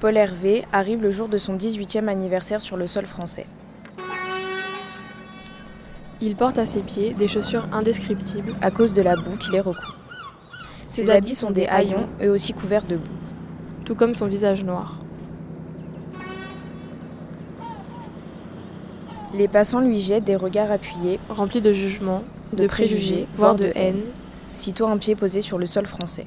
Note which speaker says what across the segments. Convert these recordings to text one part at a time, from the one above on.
Speaker 1: Paul Hervé arrive le jour de son 18e anniversaire sur le sol français.
Speaker 2: Il porte à ses pieds des chaussures indescriptibles.
Speaker 1: À cause de la boue qui les recouvre. Ses habits sont des haillons, eux aussi couverts de boue.
Speaker 2: tout comme son visage noir.
Speaker 1: Les passants lui jettent des regards appuyés,
Speaker 2: Rempli de jugements,
Speaker 1: De
Speaker 2: de, préjugés,
Speaker 1: préjugés,
Speaker 2: voire de haine.
Speaker 1: sitôt un pied posé sur le sol français.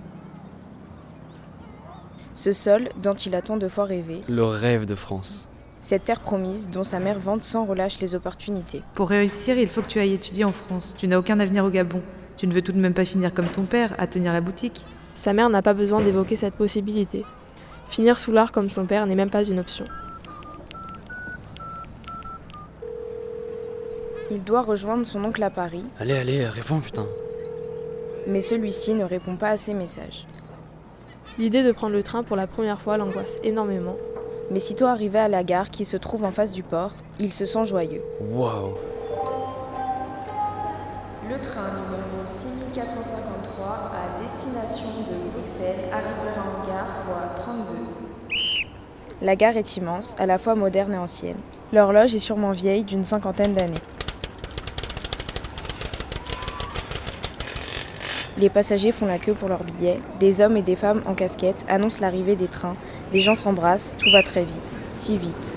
Speaker 1: Ce sol dont il a tant de fois rêvé,
Speaker 3: Le rêve de France.
Speaker 1: cette terre promise dont sa mère vante sans relâche les opportunités.
Speaker 4: Pour réussir, il faut que tu ailles étudier en France. Tu n'as aucun avenir au Gabon. Tu ne veux tout de même pas finir comme ton père, à tenir la boutique.
Speaker 2: Sa mère n'a pas besoin d'évoquer cette possibilité. Finir sous l'art comme son père n'est même pas une option.
Speaker 1: Il doit rejoindre son oncle à Paris,
Speaker 3: Allez, allez, réponds, putain.
Speaker 1: mais celui-ci ne répond pas à ses messages.
Speaker 2: L'idée de prendre le train pour la première fois l'angoisse énormément.
Speaker 1: Mais sitôt arrivé à la gare qui se trouve en face du port, il se sent joyeux.
Speaker 3: Waouh.
Speaker 1: Le train numéro 6453 à destination de Bruxelles arrivera en gare voie 32. La gare est immense, à la fois moderne et ancienne. L'horloge est sûrement vieille d'une cinquantaine d'années. Les passagers font la queue pour leurs billets. Des hommes et des femmes en casquette annoncent l'arrivée des trains. Des gens s'embrassent, tout va très vite, si vite.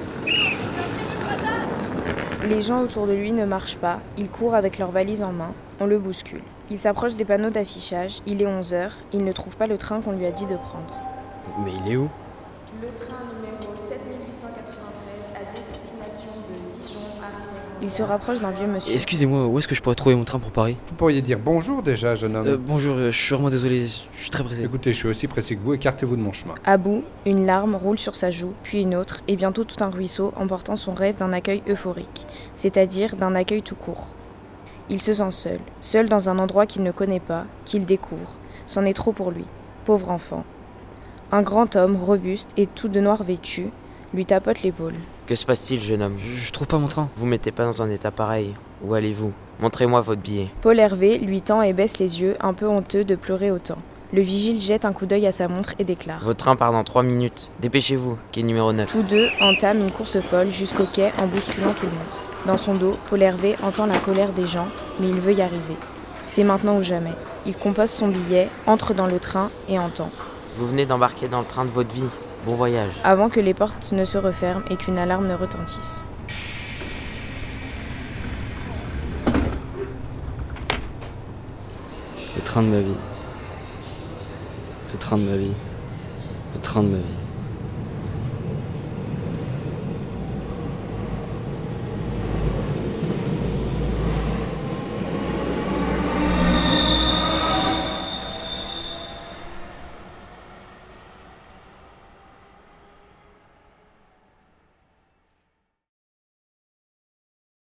Speaker 1: Les gens autour de lui ne marchent pas, ils courent avec leurs valises en main, on le bouscule. Il s'approche des panneaux d'affichage, il est 11h, il ne trouve pas le train qu'on lui a dit de prendre.
Speaker 3: Mais il est où
Speaker 1: Le train numéro 7893 à destination de Dijon Il se rapproche d'un vieux monsieur.
Speaker 3: Excusez-moi, où est-ce que je pourrais trouver mon train pour Paris
Speaker 5: Vous pourriez dire bonjour déjà, jeune homme.
Speaker 3: Euh, Bonjour, euh, je suis vraiment désolé, je suis très pressé.
Speaker 5: Écoutez, je suis aussi pressé que vous, écartez-vous de mon chemin.
Speaker 1: À bout, une larme roule sur sa joue, puis une autre, et bientôt tout un ruisseau emportant son rêve d'un accueil euphorique, c'est-à-dire d'un accueil tout court. Il se sent seul, seul dans un endroit qu'il ne connaît pas, qu'il découvre. C'en est trop pour lui, pauvre enfant. Un grand homme, robuste et tout de noir vêtu, lui tapote l'épaule.
Speaker 6: Que se passe-t-il, jeune homme
Speaker 3: Je, je trouve pas mon train.
Speaker 6: Vous mettez pas dans un état pareil. Où allez-vous Montrez-moi votre billet.
Speaker 1: Paul Hervé lui tend et baisse les yeux, un peu honteux de pleurer autant. Le vigile jette un coup d'œil à sa montre et déclare.
Speaker 6: Votre train part dans 3 minutes. Dépêchez-vous, quai numéro 9.
Speaker 1: Tous deux entament une course folle jusqu'au quai en bousculant tout le monde. Dans son dos, Paul Hervé entend la colère des gens, mais il veut y arriver. C'est maintenant ou jamais. Il compose son billet, entre dans le train et entend,
Speaker 6: Vous venez d'embarquer dans le train de votre vie. Bon voyage.
Speaker 1: avant que les portes ne se referment et qu'une alarme ne retentisse.
Speaker 3: Le train de ma vie. Le train de ma vie. Le train de ma vie.